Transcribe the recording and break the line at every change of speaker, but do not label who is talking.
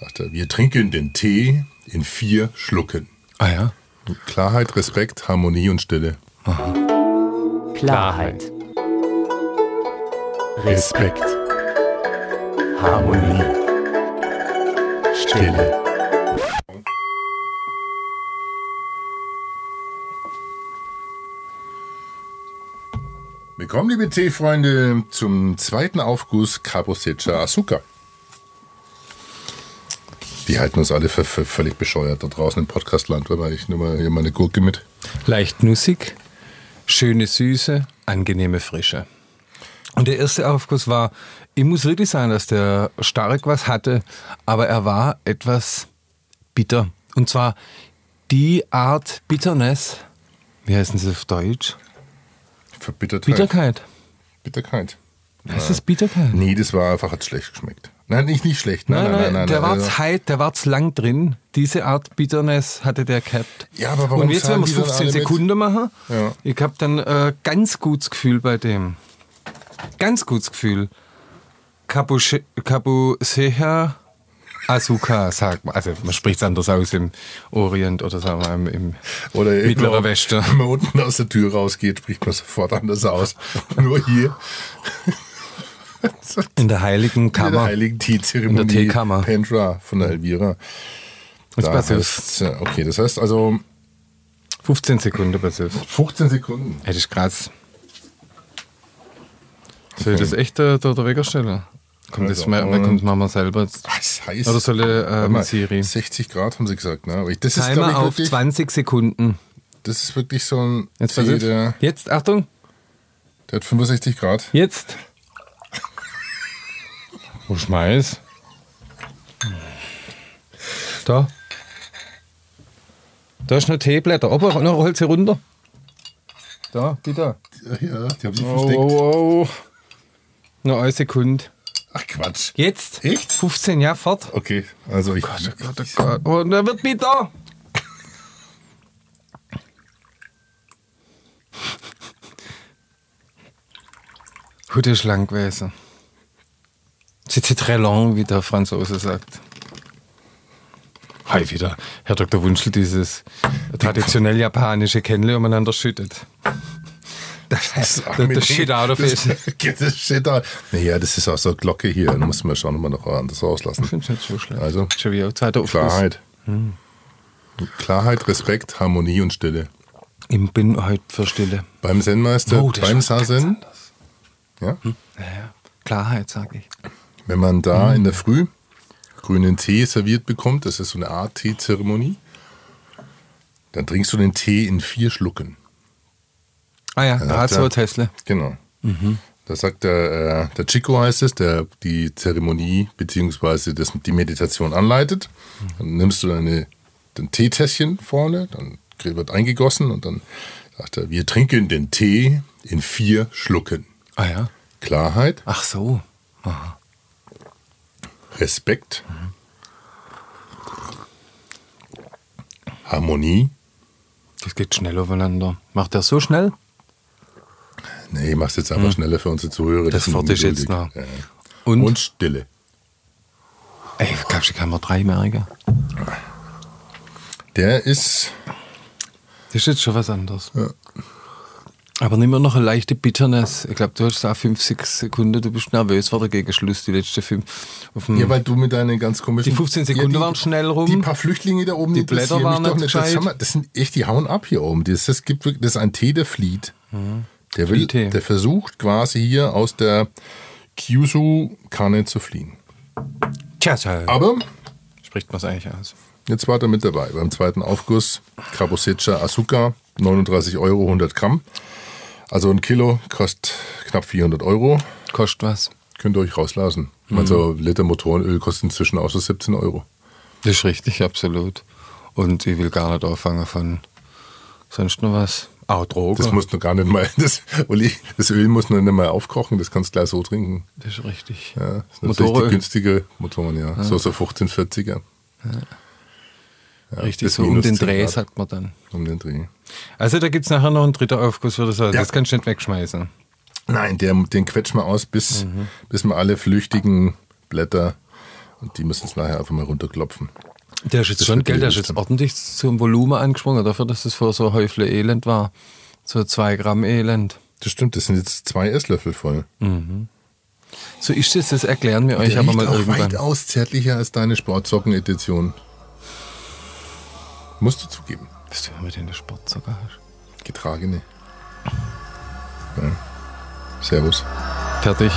sagte. Wir trinken den Tee in vier Schlucken.
Ah ja.
Klarheit, Respekt, Harmonie und Stille.
Klarheit,
Respekt,
Harmonie,
Stille. Willkommen, liebe Teefreunde, zum zweiten Aufguss Kaposecha Asuka. Die halten uns alle für, für völlig bescheuert da draußen im Podcastland, weil ich nur mal hier meine Gurke mit.
Leicht nussig, schöne Süße, angenehme Frische. Und der erste Aufguss war, ich muss wirklich sagen, dass der stark was hatte, aber er war etwas bitter. Und zwar die Art Bitterness, wie heißen sie auf Deutsch?
Verbittertheit.
Bitterkeit.
Bitterkeit.
Das ist Bitterkeit.
Nee, das war einfach, hat schlecht geschmeckt. Nein, nicht, nicht schlecht. Nein, nein, nein. nein,
der halt war
also-
Zeit, der war lang drin. Diese Art Bitterness hatte der gehabt.
Ja, aber warum
Und jetzt,
zahlen
wenn wir
die dann alle
15
mit?
Sekunden machen,
Ja.
ich habe dann äh, ganz gutes Gefühl bei dem. Ganz gutes Gefühl. Kabuseha Asuka, sagt man. Also man spricht es anders aus im Orient oder sagen wir im, im
Oder irgendwo,
Mittlerer Westen.
Wenn man unten aus der Tür rausgeht, spricht man sofort anders aus. Nur hier
In der heiligen
in der
Kammer.
heiligen Teezeremonie.
In der Teekammer.
Pentra von der Elvira.
Jetzt
Da
pass auf.
heißt's, äh, okay, das heißt also
15 Sekunden, pass auf.
15 Sekunden.
Ey, das ist krass. Soll ich das echt äh, da, da wegstellen? Kommt
Also,
das mal,
äh,
kommt Mama selber jetzt?
Was heißt?
Oder soll ich äh,
Warte mal,
mit Siri?
60 Grad haben sie gesagt. Ne? Aber ich, das, ist, glaub ich,
Timer auf
wirklich,
20 Sekunden.
das ist wirklich so ein
Jetzt
Tee,
passiert.
der,
Jetzt, Achtung,
der hat 65 Grad.
jetzt. Wo schmeiß? Da. Da ist noch Teeblätter. Opa, noch Holz hier runter. Da, die da.
Ja, die haben sich
Oh,
versteckt.
oh, oh. Noch eine Sekunde.
Ach Quatsch.
Jetzt?
Echt?
15 Jahre fort.
Okay, also
Oh
ich.
Und er wird bitter. Gute schlank gewesen. C'était très long, wie der Franzose sagt. Hi wieder, Herr Dr. Wunschel, dieses traditionell japanische Kennle umeinander schüttet.
Das,
the shit out of
das,
it.
Get the shit out. Naja, das ist auch so eine Glocke hier. Da müssen wir schauen, ob wir noch anders
Ich
rauslassen.
finde es nicht so schlecht.
Also,
Schon wieder zweiter Aufguss.
Klarheit.
Hm.
Klarheit, Respekt, Harmonie und Stille.
Ich bin heute für Stille.
Beim Zen-Meister,
Oh, das
beim
ist ganz
Sazen,
anders. Hm.
ja,
Naja, Klarheit, sag ich.
wenn man da
Hm.
in der Früh grünen Tee serviert bekommt, das ist so eine Art Teezeremonie, dann trinkst du den Tee in vier Schlucken.
Ah ja,
sagt
da hat
er-
so Tesla.
Genau. Da sagt der, äh, der Chico heißt es, der die Zeremonie bzw. die Meditation anleitet. Dann nimmst du deine, dein Teetässchen vorne, dann wird eingegossen und dann sagt er, wir trinken den Tee in vier Schlucken.
Ah ja.
Klarheit,
Ach so.
Respekt, Harmonie.
Das geht schnell aufeinander. Macht er so schnell?
Nee, mach's jetzt einfach schneller für unsere Zuhörer. die
Hm. Das
sind
Wort ist jetzt
ungeduldig.
noch.
Ja.
Und?
und Stille.
Ey, glaubst du, kann man dreimärger?
Der ist
Das ist jetzt schon was anderes. Aber nimm mir noch eine leichte Bitterness. Ich glaube, du hast da fünf, sechs Sekunden. Du bist nervös war der gegen Schluss, die letzte fünf. Auf dem
Ja, weil du mit deinen ganz komischen.
Hm. Die 15 Sekunden waren schnell rum.
Die paar Flüchtlinge da oben,
Die Blätter
interessieren
waren
mich doch
nicht
Das,
gescheit.
haben wir- das sind echt, die hauen ab hier oben. Das, das, gibt, wirklich- das ist ein Tee, der flieht.
Mhm.
Der, will,
Fliehtee.
der versucht quasi hier aus der Kyusu-Kanne zu fliehen.
Tja, so.
Aber
Spricht man es eigentlich aus?
jetzt war er mit dabei. Beim zweiten Aufguss Kabusecha Asuka, 39 Euro, 100 Gramm. Also ein Kilo kostet knapp 400 Euro.
Kostet was.
Könnt ihr euch rauslassen.
Mhm.
Also Liter Motorenöl kostet inzwischen auch so 17 Euro.
Das ist richtig, absolut. Und ich will gar nicht anfangen von sonst noch was.
Ah,
Auch Drogen.
Das muss noch gar nicht mal, das, Uli, das Öl muss noch nicht mal aufkochen, das kannst du gleich so trinken.
das ist richtig.
Ja, das ist natürlich die
Motoröl.
günstige Motoren, ja. So, so 15, 40er
Richtig,
bis
so um
minus
den
10
Dreh
Grad.
sagt man dann.
um den Dreh.
Also da gibt es nachher noch einen dritten Aufguss, würde ich sagen.
Ja.
Das kannst du nicht wegschmeißen.
Mhm. Nein, der, den quetschen wir aus, bis, bis wir alle flüchtigen Blätter Und die müssen es nachher einfach mal runterklopfen.
Der ist jetzt
Das
schon,
wird
gell, der ist
gelöst dann.
jetzt ordentlich zum Volumen angesprungen, dafür, dass das vorher so ein Häufle Elend war. So zwei Gramm Elend.
Das stimmt, das sind jetzt zwei Esslöffel voll.
So ist es, das erklären wir euch
Der
aber
riecht
mal
auch
irgendwann.
weitaus zärtlicher als deine Sportsocken-Edition. Musst du zugeben.
Was du immer mit in der Sportsocker hast.
Getragene. Ja. Servus.
Fertig.